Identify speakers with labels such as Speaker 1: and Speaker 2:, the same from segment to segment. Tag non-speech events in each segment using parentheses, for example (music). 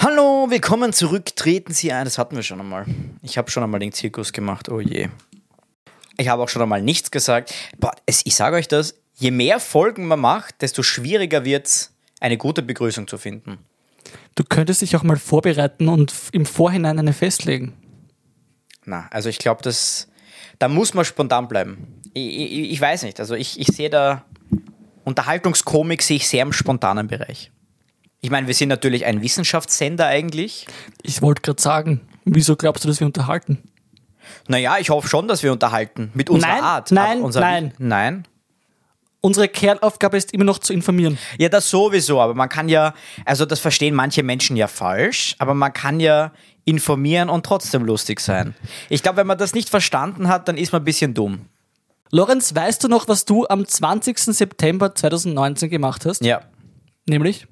Speaker 1: So, willkommen zurück. Treten Sie ein. Das hatten wir schon einmal. Ich habe schon einmal den Zirkus gemacht. Oh je. Ich habe auch schon einmal nichts gesagt. Boah, es, ich sage euch das: je mehr Folgen man macht, desto schwieriger wird es, eine gute Begrüßung zu finden.
Speaker 2: Du könntest dich auch mal vorbereiten und f- im Vorhinein eine festlegen.
Speaker 1: Na, also ich glaube, das, da muss man spontan bleiben. Ich, ich, ich weiß nicht. Also ich, ich sehe da Unterhaltungskomik sehe ich sehr im spontanen Bereich. Ich meine, wir sind natürlich ein Wissenschaftssender eigentlich.
Speaker 2: Ich wollte gerade sagen, wieso glaubst du, dass wir unterhalten?
Speaker 1: Naja, ich hoffe schon, dass wir unterhalten. Mit unserer
Speaker 2: Nein,
Speaker 1: Art.
Speaker 2: nein,
Speaker 1: aber unser-
Speaker 2: nein.
Speaker 1: Nein.
Speaker 2: Unsere Kernaufgabe ist immer noch zu informieren.
Speaker 1: Ja, das sowieso, aber man kann ja, also das verstehen manche Menschen ja falsch, aber man kann ja informieren und trotzdem lustig sein. Ich glaube, wenn man das nicht verstanden hat, dann ist man ein bisschen dumm.
Speaker 2: Lorenz, weißt du noch, was du am 20. September 2019 gemacht hast?
Speaker 1: Ja,
Speaker 2: Nämlich?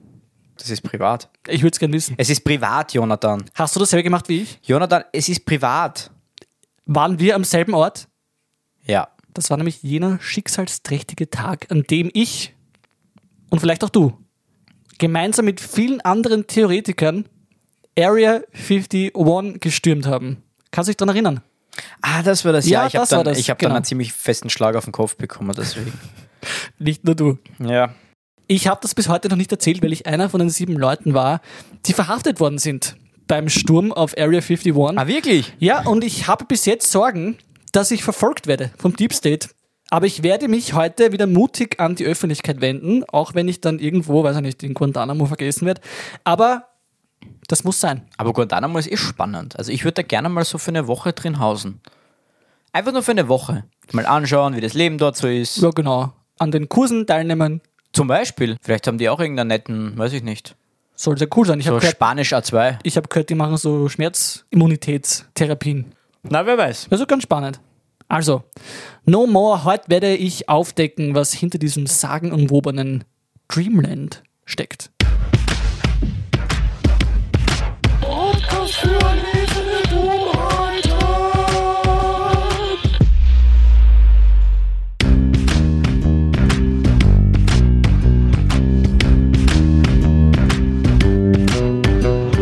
Speaker 1: das ist privat.
Speaker 2: Ich würde es gerne wissen.
Speaker 1: Es ist privat, Jonathan.
Speaker 2: Hast du dasselbe gemacht wie ich?
Speaker 1: Jonathan, es ist privat.
Speaker 2: Waren wir am selben Ort?
Speaker 1: Ja.
Speaker 2: Das war nämlich jener schicksalsträchtige Tag, an dem ich und vielleicht auch du gemeinsam mit vielen anderen Theoretikern Area 51 gestürmt haben. Kannst du dich daran erinnern?
Speaker 1: Ah, das war das.
Speaker 2: Ja,
Speaker 1: Ja, ich habe
Speaker 2: das war
Speaker 1: dann,
Speaker 2: das,
Speaker 1: ich hab
Speaker 2: genau.
Speaker 1: dann einen ziemlich festen Schlag auf den Kopf bekommen, deswegen.
Speaker 2: Nicht nur du.
Speaker 1: ja.
Speaker 2: Ich habe das bis heute noch nicht erzählt, weil ich einer von den sieben Leuten war, die verhaftet worden sind beim Sturm auf Area 51.
Speaker 1: Ah, wirklich?
Speaker 2: Ja, und ich habe bis jetzt Sorgen, dass ich verfolgt werde vom Deep State. Aber ich werde mich heute wieder mutig an die Öffentlichkeit wenden, auch wenn ich dann irgendwo, weiß ich nicht, in Guantanamo vergessen werde. Aber das muss sein.
Speaker 1: Aber Guantanamo ist eh spannend. Also ich würde da gerne mal so für eine Woche drin hausen. Einfach nur für eine Woche. Mal anschauen, wie das Leben dort so ist.
Speaker 2: Ja, genau. An den Kursen teilnehmen
Speaker 1: Zum Beispiel. Vielleicht haben die auch irgendeinen netten, weiß ich nicht.
Speaker 2: sollte cool sein. Ich
Speaker 1: So
Speaker 2: habe gehört,
Speaker 1: Spanisch A2.
Speaker 2: ich hab gehört, die machen so Schmerzimmunitätstherapien.
Speaker 1: Na, wer weiß.
Speaker 2: Also ganz spannend. Also, no more, heute werde ich aufdecken, was hinter diesem sagenumwobenen Dreamland steckt.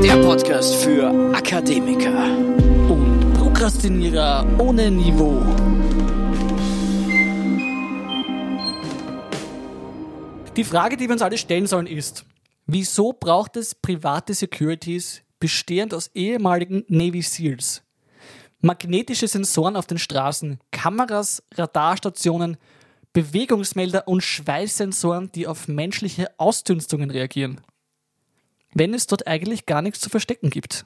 Speaker 3: Der Podcast für Akademiker.
Speaker 2: Und Prokrastinierer ohne Niveau. Die Frage, die wir uns alle stellen sollen, ist: Wieso braucht es private Securities bestehend aus ehemaligen Navy SEALs? Magnetische Sensoren auf den Straßen, Kameras, Radarstationen, Bewegungsmelder und Schweißsensoren, die auf menschliche Ausdünstungen reagieren. Wenn es dort eigentlich gar nichts zu verstecken gibt.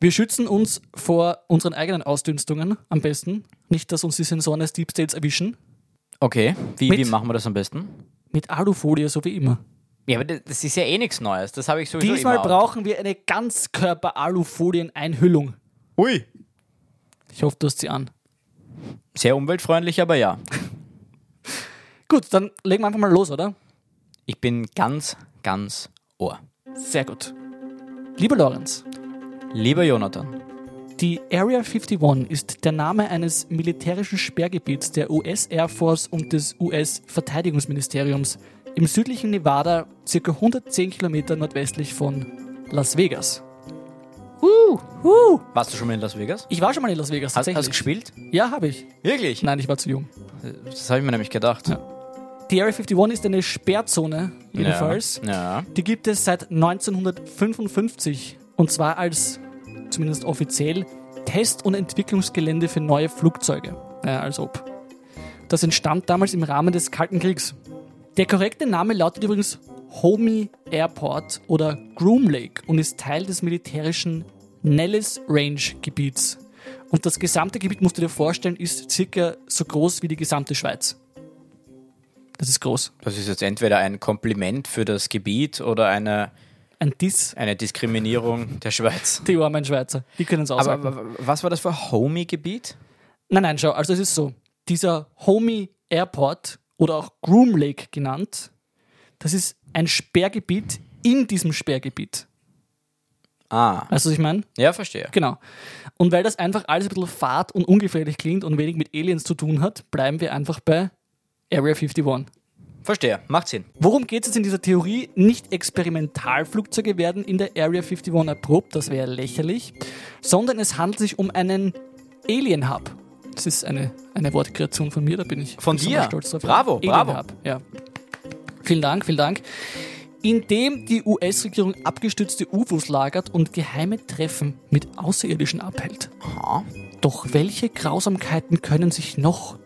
Speaker 2: Wir schützen uns vor unseren eigenen Ausdünstungen am besten. Nicht, dass uns die Sensoren des Deep States erwischen.
Speaker 1: Okay, wie,
Speaker 2: Mit-
Speaker 1: wie machen wir das am besten?
Speaker 2: Mit Alufolie, so wie immer.
Speaker 1: Ja, aber das- das ist ja eh nichts Neues. Das habe ich sowieso
Speaker 2: Diesmal
Speaker 1: immer
Speaker 2: brauchen wir eine Ganzkörper-Alufolien-Einhüllung.
Speaker 1: Ui.
Speaker 2: Ich hoffe, du hast sie an.
Speaker 1: Sehr umweltfreundlich, aber ja.
Speaker 2: Gut, dann legen wir einfach mal los, oder?
Speaker 1: Ich bin ganz, ganz ohr.
Speaker 2: Sehr gut. Lieber Lorenz,
Speaker 1: Lieber Jonathan.
Speaker 2: die Area 51 ist der Name eines militärischen Sperrgebiets der US Air Force und des US Verteidigungsministeriums im südlichen Nevada, circa 110 Kilometer nordwestlich von Las Vegas. Uh, uh.
Speaker 1: Warst du schon mal in Las Vegas?
Speaker 2: Ich war schon mal in Las Vegas,
Speaker 1: Hast, hast
Speaker 2: tatsächlich.
Speaker 1: du gespielt?
Speaker 2: ja, habe ich.
Speaker 1: Wirklich?
Speaker 2: Nein, ich war zu jung.
Speaker 1: Das habe ich mir nämlich gedacht.
Speaker 2: Die Area 51 ist eine Sperrzone, jedenfalls.
Speaker 1: Ja. ja.
Speaker 2: Die gibt es seit 1955 und zwar als, zumindest offiziell, Test- und Entwicklungsgelände für neue Flugzeuge. Ja, als ob. Das entstand damals im Rahmen des Kalten Kriegs. Der korrekte Name lautet übrigens Homey Airport oder Groom Lake und ist Teil des militärischen Nellis Range Gebiets. Und das gesamte Gebiet, musst du dir vorstellen, ist circa so groß wie die gesamte Schweiz. Das ist groß.
Speaker 1: Das ist jetzt entweder ein Kompliment für das Gebiet oder eine,
Speaker 2: Ein Diss.
Speaker 1: eine Diskriminierung der Schweiz.
Speaker 2: Die armen Schweizer. Die können es
Speaker 1: Aber
Speaker 2: aushalten.
Speaker 1: w- w- was war das für ein Homie-Gebiet?
Speaker 2: Nein, nein, schau, also es ist so, dieser Homey Airport oder auch Groom Lake genannt, das ist ein Sperrgebiet in diesem Sperrgebiet.
Speaker 1: Ah,
Speaker 2: Weißt du, was ich meine?
Speaker 1: ja, verstehe.
Speaker 2: Genau. Und weil das einfach alles ein bisschen fad und ungefährlich klingt und wenig mit Aliens zu tun hat, bleiben wir einfach bei Area 51.
Speaker 1: Verstehe, macht Sinn.
Speaker 2: Worum geht es jetzt in dieser Theorie? Nicht Experimentalflugzeuge werden in der Area 51 erprobt, das wäre lächerlich, sondern es handelt sich um einen Alien Hub. Das ist eine, eine Wortkreation von mir, da bin ich
Speaker 1: Von
Speaker 2: besonders
Speaker 1: dir?
Speaker 2: stolz drauf.
Speaker 1: Bravo,
Speaker 2: Alien
Speaker 1: bravo.
Speaker 2: Hub, ja. Vielen Dank, vielen Dank. In dem die US-Regierung abgestützte UFOs lagert und geheime Treffen mit Außerirdischen abhält. Doch welche Grausamkeiten können sich noch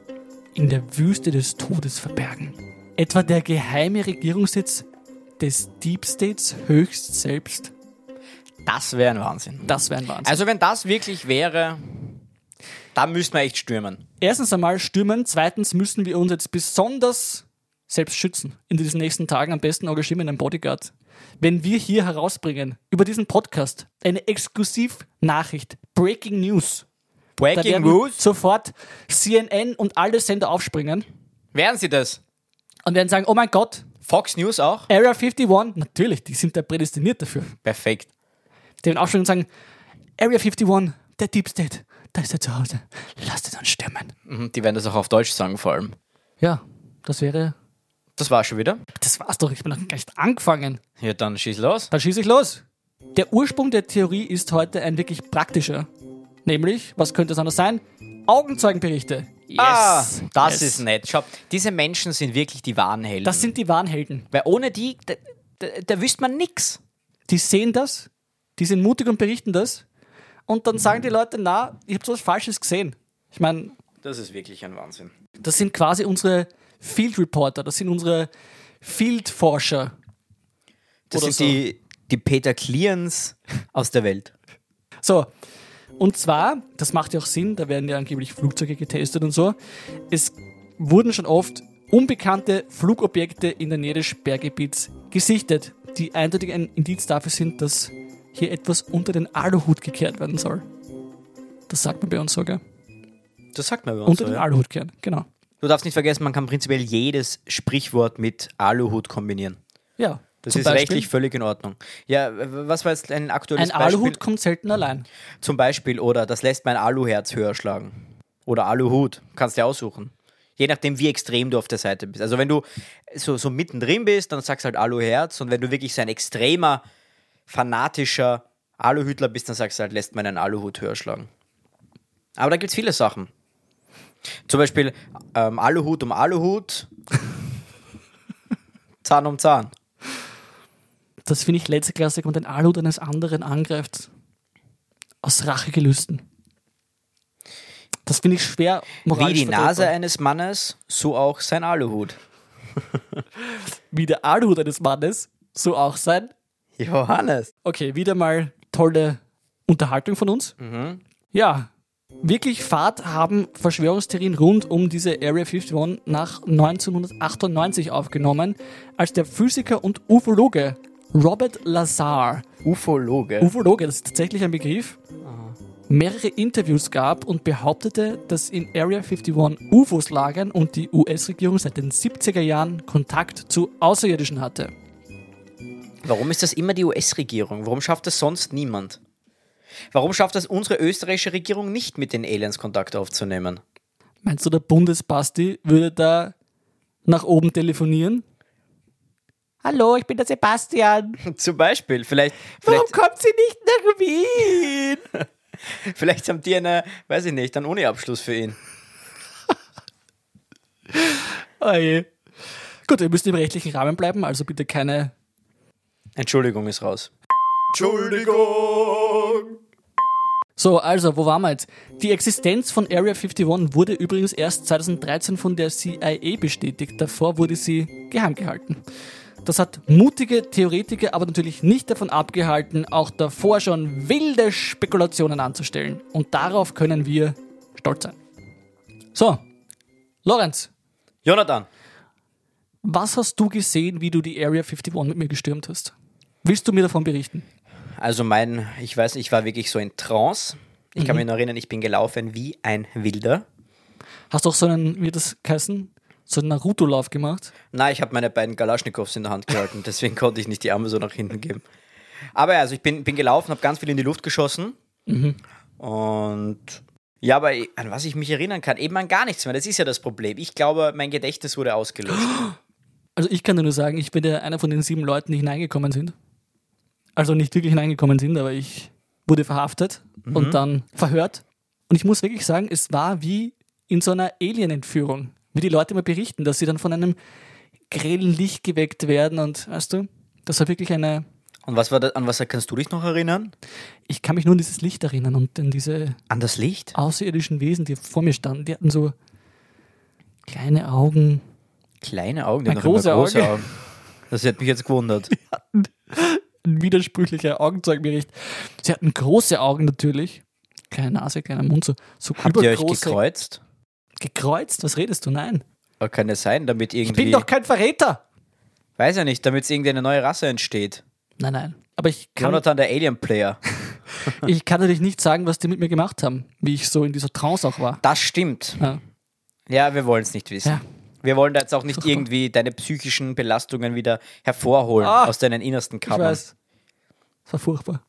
Speaker 2: in der Wüste des Todes verbergen? Etwa der geheime Regierungssitz des Deep States höchst selbst?
Speaker 1: Das wäre ein Wahnsinn.
Speaker 2: Das wäre ein Wahnsinn.
Speaker 1: Also wenn das wirklich wäre, dann müssten wir echt stürmen.
Speaker 2: Also erstens einmal stürmen, zweitens müssen wir uns jetzt besonders selbst schützen. In diesen nächsten Tagen am besten engagieren wir einen Bodyguard. Wenn wir hier herausbringen, über diesen Podcast, eine Exklusivnachricht, Breaking News, da
Speaker 1: Breaking
Speaker 2: werden
Speaker 1: News,
Speaker 2: sofort CNN und alle Sender aufspringen
Speaker 1: wären sie das?
Speaker 2: und werden sagen, oh mein Gott,
Speaker 1: Fox News auch?
Speaker 2: Area 51, natürlich, die sind da prädestiniert dafür.
Speaker 1: Perfekt.
Speaker 2: Die werden aufspringen und sagen, Area 51, der Deep State, da ist er zu Hause, lasst uns stürmen.
Speaker 1: Mhm, Die werden das auch auf Deutsch sagen vor allem.
Speaker 2: Ja, das wäre,
Speaker 1: Das war schon wieder.
Speaker 2: das war's doch, ich bin noch gar nicht angefangen.
Speaker 1: Ja, dann schieß los.
Speaker 2: Dann schieße ich los. Der Ursprung der Theorie ist heute ein wirklich praktischer. Nämlich, was könnte es anders sein? Augenzeugenberichte. Yes.
Speaker 1: Ah, das
Speaker 2: Yes.
Speaker 1: ist nett. Schau, diese Menschen sind wirklich die wahren Helden.
Speaker 2: Das sind die wahren Helden.
Speaker 1: Weil ohne die, da, da, da wüsste man nix.
Speaker 2: Die sehen das, die sind mutig und berichten das. Und dann sagen die Leute, na, ich habe so was Falsches gesehen. Ich meine,
Speaker 1: Das ist wirklich ein Wahnsinn.
Speaker 2: das sind quasi unsere Field Reporter, das sind unsere Field Forscher.
Speaker 1: Das
Speaker 2: Oder
Speaker 1: sind die, die Peter Cleans aus der Welt.
Speaker 2: So, und zwar, das macht ja auch Sinn, da werden ja angeblich Flugzeuge getestet und so. Es wurden schon oft unbekannte Flugobjekte in der Nähe des Sperrgebiets gesichtet, die eindeutig ein Indiz dafür sind, dass hier etwas unter den Aluhut gekehrt werden soll. Das sagt man bei uns sogar.
Speaker 1: Das sagt man bei uns.
Speaker 2: Unter
Speaker 1: so,
Speaker 2: den
Speaker 1: ja.
Speaker 2: Aluhut kehren, genau.
Speaker 1: Du darfst nicht vergessen, man kann prinzipiell jedes Sprichwort mit Aluhut kombinieren.
Speaker 2: Ja,
Speaker 1: Das
Speaker 2: zum
Speaker 1: ist
Speaker 2: Beispiel,
Speaker 1: rechtlich völlig in Ordnung. Ja, w- was war jetzt ein aktuelles
Speaker 2: Ein
Speaker 1: Beispiel?
Speaker 2: Aluhut kommt selten allein.
Speaker 1: Zum Beispiel, oder das lässt mein Aluherz höher schlagen. Oder Aluhut, kannst dir aussuchen. Je nachdem, wie extrem du auf der Seite bist. Also wenn du so, so mittendrin bist, dann sagst du halt Aluherz. Und wenn du wirklich so ein extremer, fanatischer Aluhütler bist, dann sagst du halt, lässt meinen Aluhut höher schlagen. Aber da gibt es viele Sachen. Zum Beispiel ähm, Aluhut um Aluhut, Zahn um Zahn.
Speaker 2: Das finde ich letzte Klassik, wenn ein Aluhut eines anderen angreift. Aus Rachegelüsten. Das finde ich schwer moralisch
Speaker 1: Wie die
Speaker 2: vertretbar.
Speaker 1: Nase eines Mannes, so auch sein Aluhut.
Speaker 2: Wie der Aluhut eines Mannes, so auch sein.
Speaker 1: Johannes.
Speaker 2: Okay, wieder mal tolle Unterhaltung von uns.
Speaker 1: Mhm.
Speaker 2: Ja, wirklich Fahrt haben Verschwörungstheorien rund um diese Area 51 nach 1998 aufgenommen, als der Physiker und Ufologe Robert Lazar
Speaker 1: Ufologe.
Speaker 2: Ufologe, das ist tatsächlich ein Begriff, mehrere Interviews gab und behauptete, dass in Area 51 UFOs lagern und die US-Regierung seit den 70er Jahren Kontakt zu Außerirdischen hatte.
Speaker 1: Warum ist das immer die US-Regierung? Warum schafft das sonst niemand? Warum schafft das unsere österreichische Regierung nicht, mit den Aliens Kontakt aufzunehmen? (laughs)
Speaker 2: Meinst du, der Bundespasti würde da nach oben telefonieren? Hallo, ich bin der (laughs) Sebastian.
Speaker 1: Zum Beispiel, vielleicht,
Speaker 2: Warum
Speaker 1: vielleicht,
Speaker 2: kommt sie nicht nach Wien?
Speaker 1: vielleicht haben die eine, weiß ich nicht, einen Uni-Abschluss für ihn.
Speaker 2: Oje. Gut, wir müssen im rechtlichen Rahmen bleiben, also bitte keine
Speaker 1: Entschuldigung ist raus.
Speaker 2: So, also, wo waren wir jetzt? Die Existenz von Area 51 wurde übrigens erst 2013 von der CIA bestätigt. Davor wurde sie geheim gehalten. Das hat mutige Theoretiker aber natürlich nicht davon abgehalten, auch davor schon wilde Spekulationen anzustellen. Und darauf können wir stolz sein. So, Lorenz,
Speaker 1: Jonathan,
Speaker 2: was hast du gesehen, wie du die Area 51 mit mir gestürmt hast? Willst du mir davon berichten?
Speaker 1: also mein, ich weiß, ich war wirklich so in Trance. Ich kann mich noch erinnern, ich bin gelaufen wie ein Wilder.
Speaker 2: Hast du auch so einen, wie hat das geheißen, so einen Naruto-Lauf gemacht?
Speaker 1: Na, ich habe meine beiden Kalaschnikows in der Hand
Speaker 2: (laughs)
Speaker 1: gehalten, deswegen konnte ich nicht die Arme so nach hinten geben. Aber ja, also ich bin, bin gelaufen, habe ganz viel in die Luft geschossen.
Speaker 2: Mhm.
Speaker 1: Und ja, aber ich- an
Speaker 2: (gasps)
Speaker 1: was ich mich erinnern kann, eben an gar nichts mehr. Das ist ja das Problem. Ich glaube, mein Gedächtnis wurde ausgelöscht.
Speaker 2: Also ich kann dir nur sagen, ich bin ja einer von den sieben Leuten, die hineingekommen sind. Also nicht wirklich hineingekommen sind, aber ich wurde verhaftet und dann verhört. Und ich muss wirklich sagen, es war wie in so einer Alien-Entführung. Wie die Leute immer berichten, dass sie dann von einem grellen Licht geweckt werden und weißt du, das war wirklich eine.
Speaker 1: Und was war das, an was kannst du dich noch erinnern?
Speaker 2: Ich kann mich nur an dieses Licht erinnern und an diese
Speaker 1: An das Licht?
Speaker 2: außerirdischen Wesen, die vor mir standen. Die hatten so kleine Augen.
Speaker 1: Kleine Augen, die
Speaker 2: Ein
Speaker 1: haben doch
Speaker 2: großer
Speaker 1: immer
Speaker 2: Auge.
Speaker 1: Augen. Das hat mich jetzt
Speaker 2: (laughs)
Speaker 1: gewundert.
Speaker 2: ein widersprüchlicher Augenzeugenbericht. Sie hatten große Augen natürlich. Kleine Nase, kleiner Mund, so, so
Speaker 1: Habt ihr euch
Speaker 2: übergroße-
Speaker 1: gekreuzt?
Speaker 2: Gekreuzt? Was redest du? Nein.
Speaker 1: Aber kann es sein, damit
Speaker 2: Ich
Speaker 1: irgendwie.
Speaker 2: bin doch kein Verräter!
Speaker 1: weiß ja nicht, damit es irgendeine neue Rasse entsteht.
Speaker 2: Nein, nein. Aber ich kann,
Speaker 1: Jonathan, der Alien-Player.
Speaker 2: ich kann natürlich nicht sagen, was die mit mir gemacht haben, wie ich so in dieser Trance auch war.
Speaker 1: Das stimmt.
Speaker 2: Ja.
Speaker 1: Ja, wir wollen es nicht wissen.
Speaker 2: Ja.
Speaker 1: Wir wollen da jetzt auch
Speaker 2: (laughs)
Speaker 1: nicht irgendwie deine psychischen Belastungen wieder hervorholen
Speaker 2: Ah,
Speaker 1: aus deinen innersten
Speaker 2: Ich
Speaker 1: Kammern.
Speaker 2: weiß. Es war furchtbar.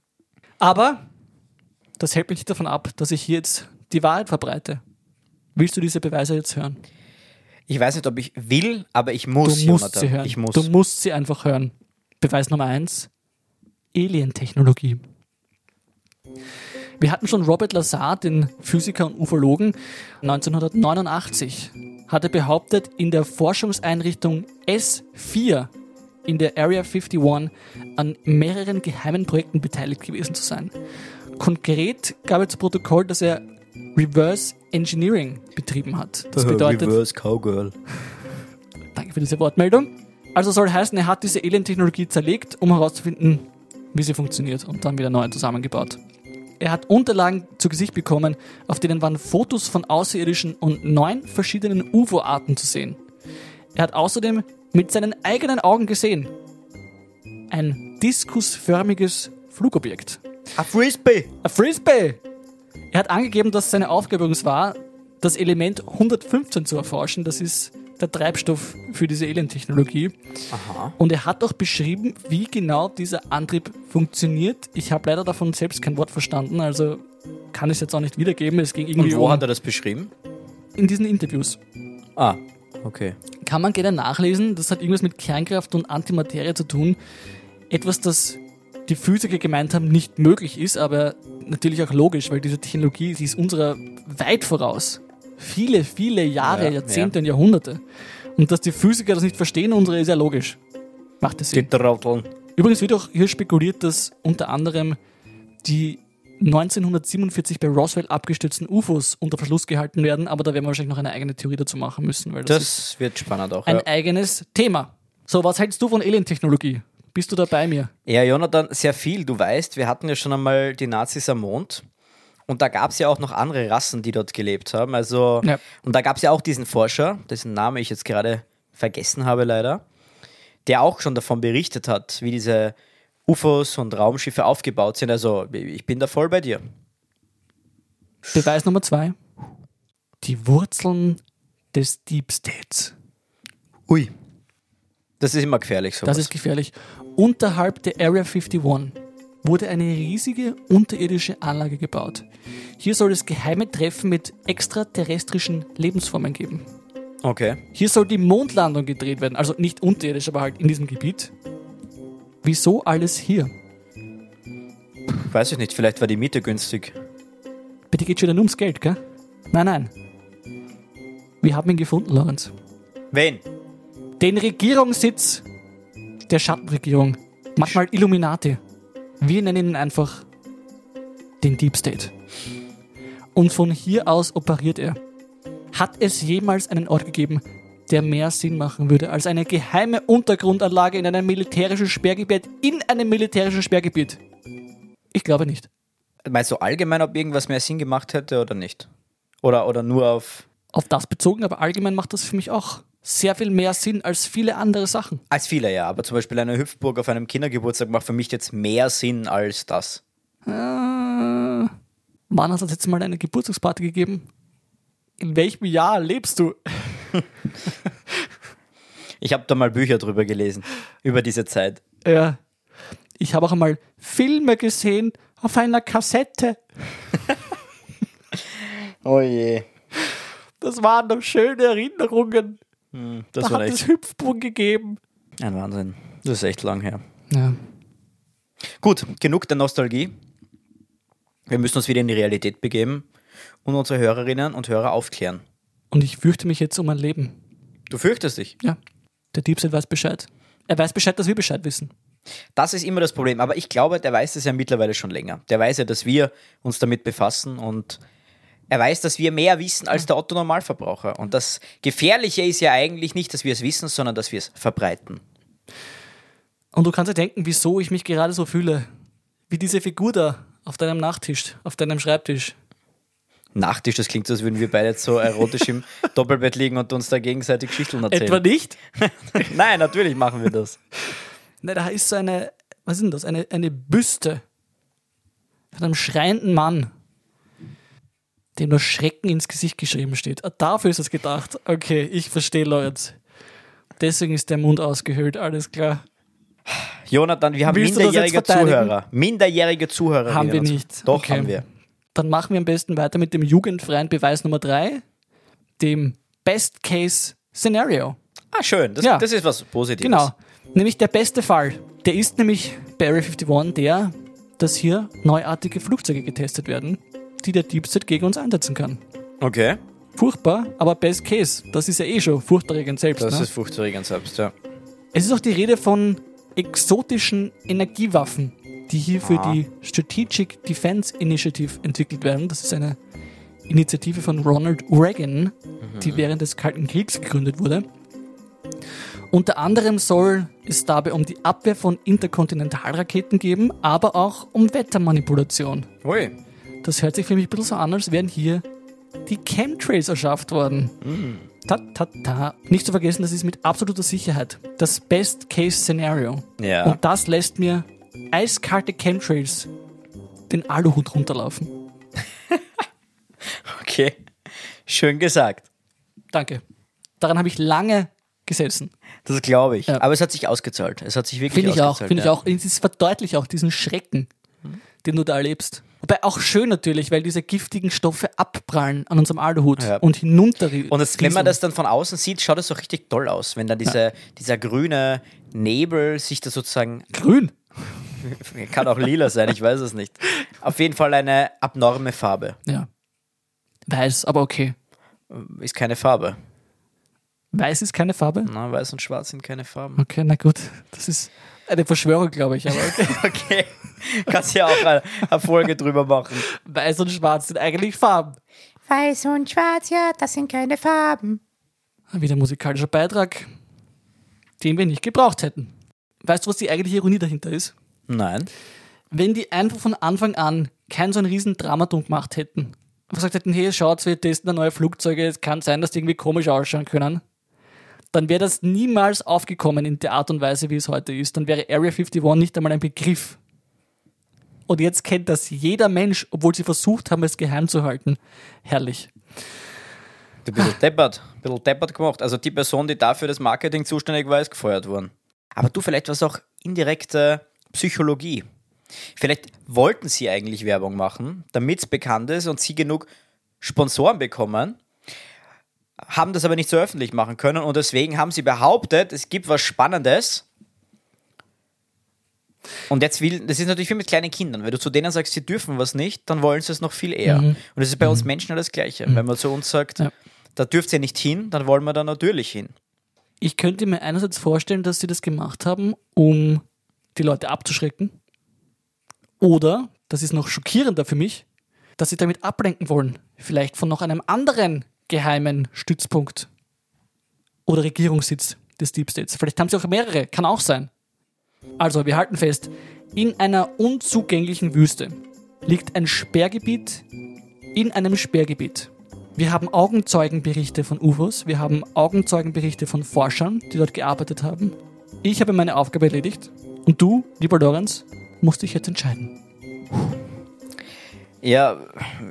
Speaker 2: Aber das hält mich nicht davon ab, dass ich hier jetzt die Wahrheit verbreite. Willst du diese Beweise jetzt hören?
Speaker 1: Ich weiß nicht, ob ich will, aber ich
Speaker 2: Du
Speaker 1: muss,
Speaker 2: musst
Speaker 1: Jonathan.
Speaker 2: sie hören.
Speaker 1: Ich muss.
Speaker 2: Du musst sie einfach hören. Beweis Nummer eins: Alien-Technologie. Wir hatten schon Robert Lazar, den Physiker und Ufologen, 1989 hat er behauptet, in der Forschungseinrichtung S4 in der Area 51 an mehreren geheimen Projekten beteiligt gewesen zu sein. Konkret gab er zu Protokoll, dass er Reverse Engineering betrieben hat. Das
Speaker 1: Also
Speaker 2: bedeutet,
Speaker 1: Reverse Cowgirl.
Speaker 2: Danke für diese Wortmeldung. Also soll heißen, er hat diese Alien-Technologie zerlegt, um herauszufinden, wie sie funktioniert und dann wieder neu zusammengebaut. Er hat Unterlagen zu Gesicht bekommen, auf denen waren Fotos von Außerirdischen und neun verschiedenen UFO-Arten zu sehen. Er hat außerdem mit seinen eigenen Augen gesehen ein diskusförmiges Flugobjekt.
Speaker 1: A Frisbee!
Speaker 2: A Frisbee! Er hat angegeben, dass seine Aufgabe übrigens war, das Element 115 zu erforschen. Das ist der Treibstoff für diese Alien-Technologie. Und er hat auch beschrieben, wie genau dieser Antrieb funktioniert. Ich habe leider davon selbst kein Wort verstanden, also kann ich es jetzt auch nicht wiedergeben. Es ging
Speaker 1: Und
Speaker 2: irgendwie
Speaker 1: wo
Speaker 2: um
Speaker 1: hat er das beschrieben?
Speaker 2: in diesen Interviews.
Speaker 1: Ah, okay.
Speaker 2: Kann man gerne nachlesen. Das hat irgendwas mit Kernkraft und Antimaterie zu tun. Etwas, das die Physiker gemeint haben, nicht möglich ist, aber natürlich auch logisch, weil diese Technologie, sie ist unserer weit voraus. Viele, viele Jahre,
Speaker 1: Ja,
Speaker 2: Jahrzehnte und Jahrhunderte. Und dass die Physiker das nicht verstehen, unsere ist ja logisch. Macht es Sinn.
Speaker 1: Die Trotteln.
Speaker 2: Übrigens wird auch hier spekuliert, dass unter anderem die 1947 bei Roswell abgestürzten UFOs unter Verschluss gehalten werden, aber da werden wir wahrscheinlich noch eine eigene Theorie dazu machen müssen, weil das, ist
Speaker 1: Das wird spannend auch.
Speaker 2: ein
Speaker 1: Ja.
Speaker 2: eigenes Thema. So, was hältst du von Alien-Technologie? Bist du da bei mir?
Speaker 1: ja, Jonathan, sehr viel. Du weißt, wir hatten ja schon einmal die Nazis am Mond. Und da gab es ja auch noch andere Rassen, die dort gelebt haben. Also,
Speaker 2: Ja.
Speaker 1: Und da gab es ja auch diesen Forscher, dessen Name ich jetzt gerade vergessen habe leider, der auch schon davon berichtet hat, wie diese UFOs und Raumschiffe aufgebaut sind. Also ich bin da voll bei dir.
Speaker 2: Beweis Nummer zwei. Die Wurzeln des Deep States.
Speaker 1: Ui. Das ist immer gefährlich sowas.
Speaker 2: Das ist gefährlich. Unterhalb der Area 51 wurde eine riesige unterirdische Anlage gebaut. Hier soll es geheime Treffen mit extraterrestrischen Lebensformen geben.
Speaker 1: okay.
Speaker 2: Hier soll die Mondlandung gedreht werden. Also nicht unterirdisch, aber halt in diesem Gebiet. Wieso alles hier?
Speaker 1: Weiß ich nicht, vielleicht war die Miete günstig.
Speaker 2: Bitte geht schon wieder nur ums Geld, gell? Nein, nein. Wir haben ihn gefunden, Lorenz.
Speaker 1: Wen?
Speaker 2: Den Regierungssitz der Schattenregierung. Manchmal Illuminati. Wir nennen ihn einfach den Deep State. Und von hier aus operiert er. Hat es jemals einen Ort gegeben, der mehr Sinn machen würde als eine geheime Untergrundanlage in einem militärischen Sperrgebiet in einem militärischen Sperrgebiet? Ich glaube nicht.
Speaker 1: Meinst du allgemein, ob irgendwas mehr Sinn gemacht hätte oder nicht? Oder, oder nur auf.
Speaker 2: auf das bezogen, aber allgemein macht das für mich auch sehr viel mehr Sinn als viele andere Sachen.
Speaker 1: Als viele ja, aber zum Beispiel eine Hüpfburg auf einem Kindergeburtstag macht für mich jetzt mehr Sinn als das.
Speaker 2: Äh, wann hast du das letzte Mal eine Geburtstagsparty gegeben? In welchem Jahr lebst du? (laughs)
Speaker 1: Ich habe da mal Bücher drüber gelesen, über diese Zeit.
Speaker 2: Ja. Ich habe auch einmal Filme gesehen auf einer Kassette.
Speaker 1: Oh je.
Speaker 2: Oh Das waren doch schöne Erinnerungen.
Speaker 1: Das
Speaker 2: Da
Speaker 1: war
Speaker 2: hat
Speaker 1: echt
Speaker 2: es Hüpfburgen gegeben.
Speaker 1: ein Wahnsinn. Das ist echt lang her.
Speaker 2: Ja.
Speaker 1: Gut, genug der Nostalgie. Wir müssen uns wieder in die Realität begeben und unsere Hörerinnen und Hörer aufklären.
Speaker 2: Und ich fürchte mich jetzt um mein Leben.
Speaker 1: Du fürchtest dich.
Speaker 2: Ja. Der Diebstahl weiß Bescheid. Er weiß Bescheid, dass wir Bescheid wissen.
Speaker 1: Das ist immer das Problem. Aber ich glaube, der weiß es ja mittlerweile schon länger. Der weiß ja, dass wir uns damit befassen und er weiß, dass wir mehr wissen als der Otto Normalverbraucher. Und das Gefährliche ist ja eigentlich nicht, dass wir es wissen, sondern dass wir es verbreiten.
Speaker 2: Und du kannst dir denken, wieso ich mich gerade so fühle. Wie diese Figur da auf deinem Nachttisch, auf deinem Schreibtisch.
Speaker 1: Nachtisch, das klingt so, als würden wir beide jetzt so erotisch
Speaker 2: (laughs)
Speaker 1: im Doppelbett liegen und uns da gegenseitig Geschichten
Speaker 2: Etwa
Speaker 1: erzählen.
Speaker 2: nicht?
Speaker 1: (laughs) Nein, natürlich machen wir das.
Speaker 2: Na, da ist so eine, was ist denn das? Eine, eine Büste von einem schreienden Mann, dem nur Schrecken ins Gesicht geschrieben steht. Ah, Dafür ist es gedacht. Okay, ich verstehe Leute. Deswegen ist der Mund ausgehöhlt, alles klar.
Speaker 1: Jonathan, wir haben
Speaker 2: Willst du das jetzt
Speaker 1: minderjährige
Speaker 2: verteidigen?
Speaker 1: Zuhörer. Minderjährige Zuhörer.
Speaker 2: Haben wir nicht.
Speaker 1: Doch,
Speaker 2: Okay.
Speaker 1: haben wir.
Speaker 2: Dann machen wir am besten weiter mit dem jugendfreien Beweis Nummer 3, dem Best Case Scenario.
Speaker 1: Ah, schön. Das,
Speaker 2: Ja.
Speaker 1: das ist was Positives.
Speaker 2: Genau, nämlich der beste Fall. Der ist nämlich bei Area 51 der, dass hier neuartige Flugzeuge getestet werden, die der Deep State gegen uns einsetzen kann.
Speaker 1: Okay.
Speaker 2: Furchtbar, aber best case. Das ist ja eh schon furchterregend selbst.
Speaker 1: Das
Speaker 2: ne?
Speaker 1: ist furchterregend selbst, ja.
Speaker 2: es ist auch die Rede von exotischen Energiewaffen, die hier für
Speaker 1: Ah.
Speaker 2: die Strategic Defense Initiative entwickelt werden. Das ist eine Initiative von Ronald Reagan, die während des Kalten Kriegs gegründet wurde. Unter anderem soll es dabei um die Abwehr von Interkontinentalraketen geben, aber auch um Wettermanipulation.
Speaker 1: Ui.
Speaker 2: Das hört sich für mich ein bisschen so an, als wären hier die Chemtrails erschafft worden.
Speaker 1: Mm.
Speaker 2: Ta, ta, ta. Nicht zu vergessen, das ist mit absoluter Sicherheit das Best-Case-Szenario.
Speaker 1: Ja.
Speaker 2: Und das lässt mir eiskalte Chemtrails den Aluhut runterlaufen.
Speaker 1: (laughs) Okay. Schön gesagt.
Speaker 2: Danke. Daran habe ich lange gesessen.
Speaker 1: Das glaube ich.
Speaker 2: Ja.
Speaker 1: Aber es hat sich ausgezahlt. Es hat sich wirklich
Speaker 2: Finde ich auch.
Speaker 1: ausgezahlt.
Speaker 2: Finde ich
Speaker 1: ja. Mhm.
Speaker 2: auch. Und Es verdeutlicht auch diesen Schrecken, den du da erlebst. Wobei auch schön natürlich, weil diese giftigen Stoffe abprallen an unserem Aluhut
Speaker 1: Ja.
Speaker 2: und hinunter.
Speaker 1: Und das, wenn man das dann von außen sieht, schaut das doch richtig toll aus, wenn dann diese, dieser grüne Nebel sich da sozusagen,
Speaker 2: grün.
Speaker 1: kann auch lila sein, ich weiß es nicht. Auf jeden Fall eine abnorme Farbe.
Speaker 2: Ja. Weiß, aber okay.
Speaker 1: Ist keine Farbe.
Speaker 2: Weiß ist keine Farbe?
Speaker 1: Na, weiß und schwarz sind keine Farben.
Speaker 2: Okay, na gut. Das ist eine Verschwörung, glaube ich. Aber (laughs) okay.
Speaker 1: Okay. Kannst ja auch eine, eine Folge drüber machen.
Speaker 2: (laughs) Weiß und Schwarz sind eigentlich Farben.
Speaker 4: Weiß und schwarz, ja, das sind keine Farben.
Speaker 2: Wieder musikalischer Beitrag, den wir nicht gebraucht hätten. Weißt du, was die eigentliche Ironie dahinter ist?
Speaker 1: Nein.
Speaker 2: Wenn die einfach von Anfang an kein so ein riesen Dramatum gemacht hätten und gesagt hätten, hey, schaut, wir testen da neue Flugzeuge, es kann sein, dass die irgendwie komisch ausschauen können, dann wäre das niemals aufgekommen in der Art und Weise, wie es heute ist. Dann wäre Area 51 nicht einmal ein Begriff. Und jetzt kennt das jeder Mensch, obwohl sie versucht haben, es geheim zu halten. Herrlich.
Speaker 1: Du bist ein deppert. Ein bisschen deppert gemacht. Also die Person, die dafür das Marketing zuständig war, ist gefeuert worden. Aber du, vielleicht war es auch indirekte Psychologie. Vielleicht wollten sie eigentlich Werbung machen, damit es bekannt ist und sie genug Sponsoren bekommen, haben das aber nicht so öffentlich machen können und deswegen haben sie behauptet, es gibt was Spannendes. Und jetzt will, das ist natürlich wie mit kleinen Kindern. Wenn du zu denen sagst, sie dürfen was nicht, dann wollen sie es noch viel eher. Und das ist bei uns Menschen ja das Gleiche. Wenn man zu uns sagt,
Speaker 2: Ja.
Speaker 1: da dürft ihr nicht hin, dann wollen wir da natürlich hin.
Speaker 2: Ich könnte mir einerseits vorstellen, dass sie das gemacht haben, um die Leute abzuschrecken. Oder, das ist noch schockierender für mich, dass sie damit ablenken wollen. Vielleicht von noch einem anderen geheimen Stützpunkt oder Regierungssitz des Deep States. Vielleicht haben sie auch mehrere, kann auch sein. Also, wir halten fest, in einer unzugänglichen Wüste liegt ein Sperrgebiet in einem Sperrgebiet. Wir haben Augenzeugenberichte von UFOs, wir haben Augenzeugenberichte von Forschern, die dort gearbeitet haben. Ich habe meine Aufgabe erledigt und du, lieber Lorenz, musst dich jetzt entscheiden.
Speaker 1: Ja,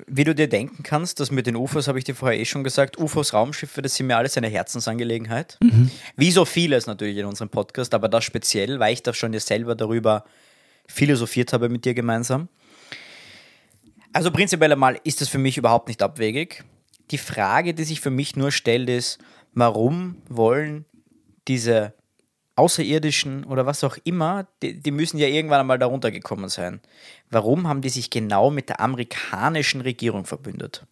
Speaker 1: wie du dir denken kannst, das mit den UFOs habe ich dir vorher eh schon gesagt. UFOs, Raumschiffe, das sind mir alles eine Herzensangelegenheit. Wie so vieles natürlich in unserem Podcast, aber das speziell, weil ich da schon ja selber darüber philosophiert habe mit dir gemeinsam. Also prinzipiell einmal ist das für mich überhaupt nicht abwegig. Die Frage, die sich für mich nur stellt, ist, warum wollen diese Außerirdischen oder was auch immer, die, die müssen ja irgendwann einmal darunter gekommen sein. Warum haben die sich genau mit der amerikanischen Regierung verbündet?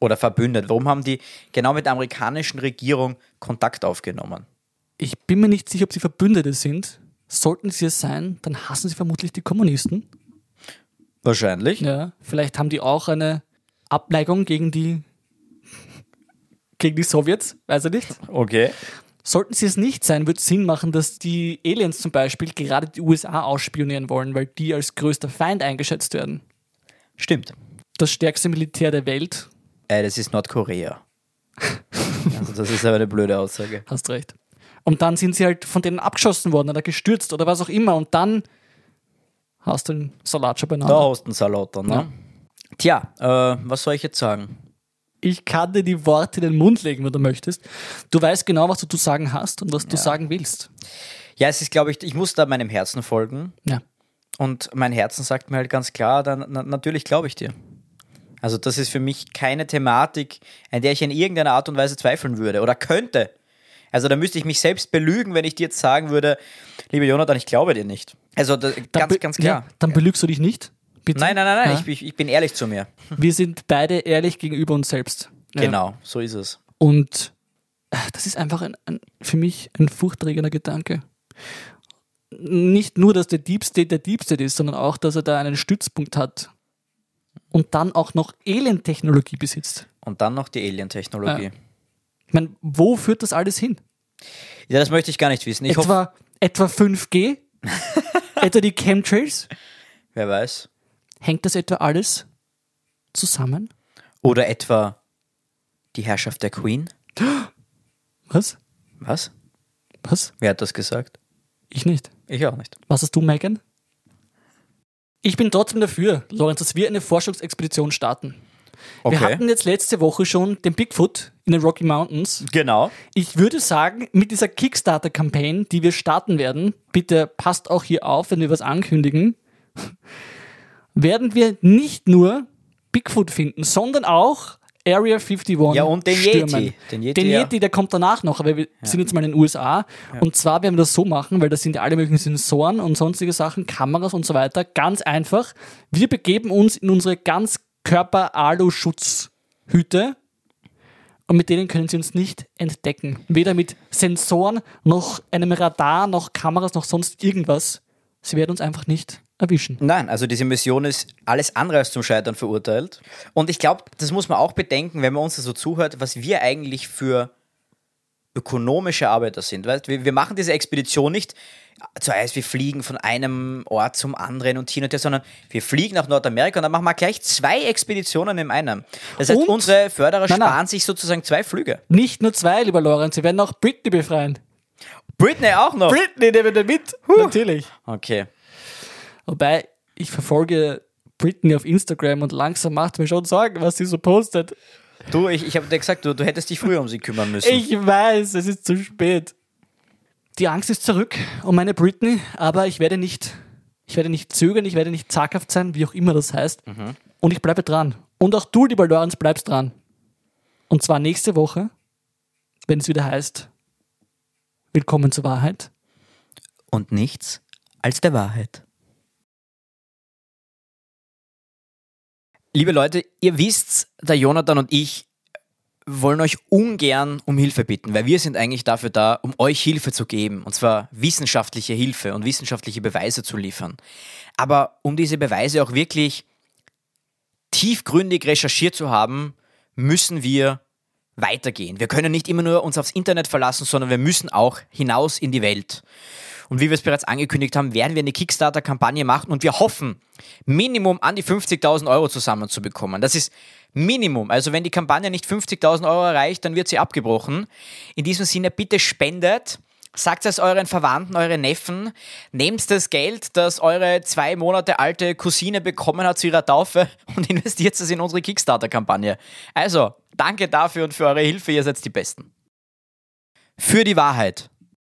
Speaker 1: Oder verbündet? Warum haben die genau mit der amerikanischen Regierung Kontakt aufgenommen?
Speaker 2: Ich bin mir nicht sicher, ob sie Verbündete sind. Sollten sie es sein, dann hassen sie vermutlich die Kommunisten.
Speaker 1: Wahrscheinlich.
Speaker 2: Ja. Vielleicht haben die auch eine Abneigung gegen die, (laughs) gegen die Sowjets, weiß ich nicht.
Speaker 1: Okay.
Speaker 2: Sollten sie es nicht sein, würde es Sinn machen, dass die Aliens zum Beispiel gerade die USA ausspionieren wollen, weil die als größter Feind eingeschätzt werden.
Speaker 1: Stimmt.
Speaker 2: Das stärkste Militär der Welt,
Speaker 1: Äh, das ist Nordkorea. also das ist aber eine blöde Aussage.
Speaker 2: hast recht. Und dann sind sie halt von denen abgeschossen worden oder gestürzt oder was auch immer und dann hast du einen Salat schon
Speaker 1: Da
Speaker 2: beieinander.
Speaker 1: hast du einen Salat dann, ne? Tja, äh, was soll ich jetzt sagen?
Speaker 2: Ich kann dir die Worte in den Mund legen, wenn du möchtest. Du weißt genau, was du zu sagen hast und was du sagen willst.
Speaker 1: Ja, es ist, glaube ich, ich muss da meinem Herzen folgen.
Speaker 2: Ja.
Speaker 1: Und mein Herzen sagt mir halt ganz klar, dann na, natürlich glaube ich dir. Also das ist für mich keine Thematik, an der ich in irgendeiner Art und Weise zweifeln würde oder könnte. Also da müsste ich mich selbst belügen, wenn ich dir jetzt sagen würde, lieber Jonathan, ich glaube dir nicht. Also da,
Speaker 2: Dann
Speaker 1: ganz,
Speaker 2: be-
Speaker 1: ganz klar.
Speaker 2: Ja, dann belügst du dich nicht. Bitte.
Speaker 1: Nein, nein, nein, nein,
Speaker 2: Ja.
Speaker 1: ich, bin- ich bin ehrlich zu mir.
Speaker 2: Wir sind beide ehrlich gegenüber uns selbst. Ja.
Speaker 1: Genau, so ist es.
Speaker 2: Und äh, das ist einfach ein, ein, für mich ein furchterregender Gedanke. Nicht nur, dass der Deep State der Deep State ist, sondern auch, dass er da einen Stützpunkt hat und dann auch noch Alien-Technologie besitzt.
Speaker 1: Und dann noch die Alien-Technologie.
Speaker 2: Ja. Ich meine, wo führt das alles hin?
Speaker 1: Ja, das möchte ich gar nicht wissen. Ich hoffe,
Speaker 2: etwa, etwa 5G? etwa die Chemtrails?
Speaker 1: wer weiß.
Speaker 2: Hängt das etwa alles zusammen?
Speaker 1: Oder etwa die Herrschaft der Queen?
Speaker 2: Was?
Speaker 1: Was?
Speaker 2: Was?
Speaker 1: Wer hat das gesagt?
Speaker 2: Ich nicht.
Speaker 1: Ich auch nicht.
Speaker 2: Was hast du, Megan? Ich bin trotzdem dafür, Lorenz, dass wir eine Forschungsexpedition starten. Wir hatten jetzt letzte Woche schon den Bigfoot in den Rocky Mountains.
Speaker 1: Genau.
Speaker 2: Ich würde sagen, mit dieser Kickstarter-Campaign, die wir starten werden, bitte passt auch hier auf, wenn wir was ankündigen, (laughs) werden wir nicht nur Bigfoot finden, sondern auch Area 51
Speaker 1: Ja, und den
Speaker 2: stürmen.
Speaker 1: Yeti. Den
Speaker 2: Den
Speaker 1: Yeti,
Speaker 2: Yeti,
Speaker 1: ja.
Speaker 2: der kommt danach noch, aber wir sind jetzt mal in den USA. Und zwar werden wir das so machen, weil das sind ja alle möglichen Sensoren und sonstige Sachen, Kameras und so weiter. Ganz einfach. Wir begeben uns in unsere Ganzkörper-Alu-Schutzhüte. Und mit denen können sie uns nicht entdecken. Weder mit Sensoren, noch einem Radar, noch Kameras, noch sonst irgendwas. Sie werden uns einfach nicht erwischen.
Speaker 1: Nein, also diese Mission ist alles andere als zum Scheitern verurteilt. Und ich glaube, das muss man auch bedenken, wenn man uns da so zuhört, was wir eigentlich für ökonomische Arbeiter sind. Weißt? Wir, wir machen diese Expedition nicht zuerst, wir fliegen von einem Ort zum anderen und hin und her, sondern wir fliegen nach Nordamerika und dann machen wir gleich zwei Expeditionen in einem. Das heißt,
Speaker 2: Und-
Speaker 1: unsere Förderer
Speaker 2: Nein, nein.
Speaker 1: sparen sich sozusagen zwei Flüge.
Speaker 2: Nicht nur zwei, lieber Lorenz, sie werden auch Britney befreien.
Speaker 1: Britney auch noch.
Speaker 2: Britney nehmen wir mit. Natürlich.
Speaker 1: okay.
Speaker 2: Wobei, ich verfolge Britney auf Instagram und langsam macht mir schon Sorgen, was sie so postet.
Speaker 1: Du, ich, ich habe dir gesagt, du, du hättest dich früher um sie kümmern müssen.
Speaker 2: Ich weiß, es ist zu spät. Die Angst ist zurück um meine Britney, aber ich werde nicht, ich werde nicht zögern, ich werde nicht zaghaft sein, wie auch immer das heißt. Und ich bleibe dran. Und auch du, lieber Lorenz, bleibst dran. Und zwar nächste Woche, wenn es wieder heißt, Willkommen zur Wahrheit.
Speaker 1: und nichts als der Wahrheit. Liebe Leute, ihr wisst, der Jonathan und ich wollen euch ungern um Hilfe bitten, weil wir sind eigentlich dafür da, um euch Hilfe zu geben, und zwar wissenschaftliche Hilfe und wissenschaftliche Beweise zu liefern. Aber um diese Beweise auch wirklich tiefgründig recherchiert zu haben, müssen wir weitergehen. Wir können nicht immer nur uns aufs Internet verlassen, sondern wir müssen auch hinaus in die Welt. Und wie wir es bereits angekündigt haben, werden wir eine Kickstarter-Kampagne machen und wir hoffen, Minimum an die 50.000 Euro zusammenzubekommen. Das ist Minimum. Also wenn die Kampagne nicht 50.000 Euro erreicht, dann wird sie abgebrochen. In diesem Sinne, bitte spendet. Sagt es euren Verwandten, euren Neffen. Nehmt das Geld, das eure zwei Monate alte Cousine bekommen hat zu ihrer Taufe (laughs) und investiert es in unsere Kickstarter-Kampagne. Also, danke dafür und für eure Hilfe. Ihr seid die Besten. Für die Wahrheit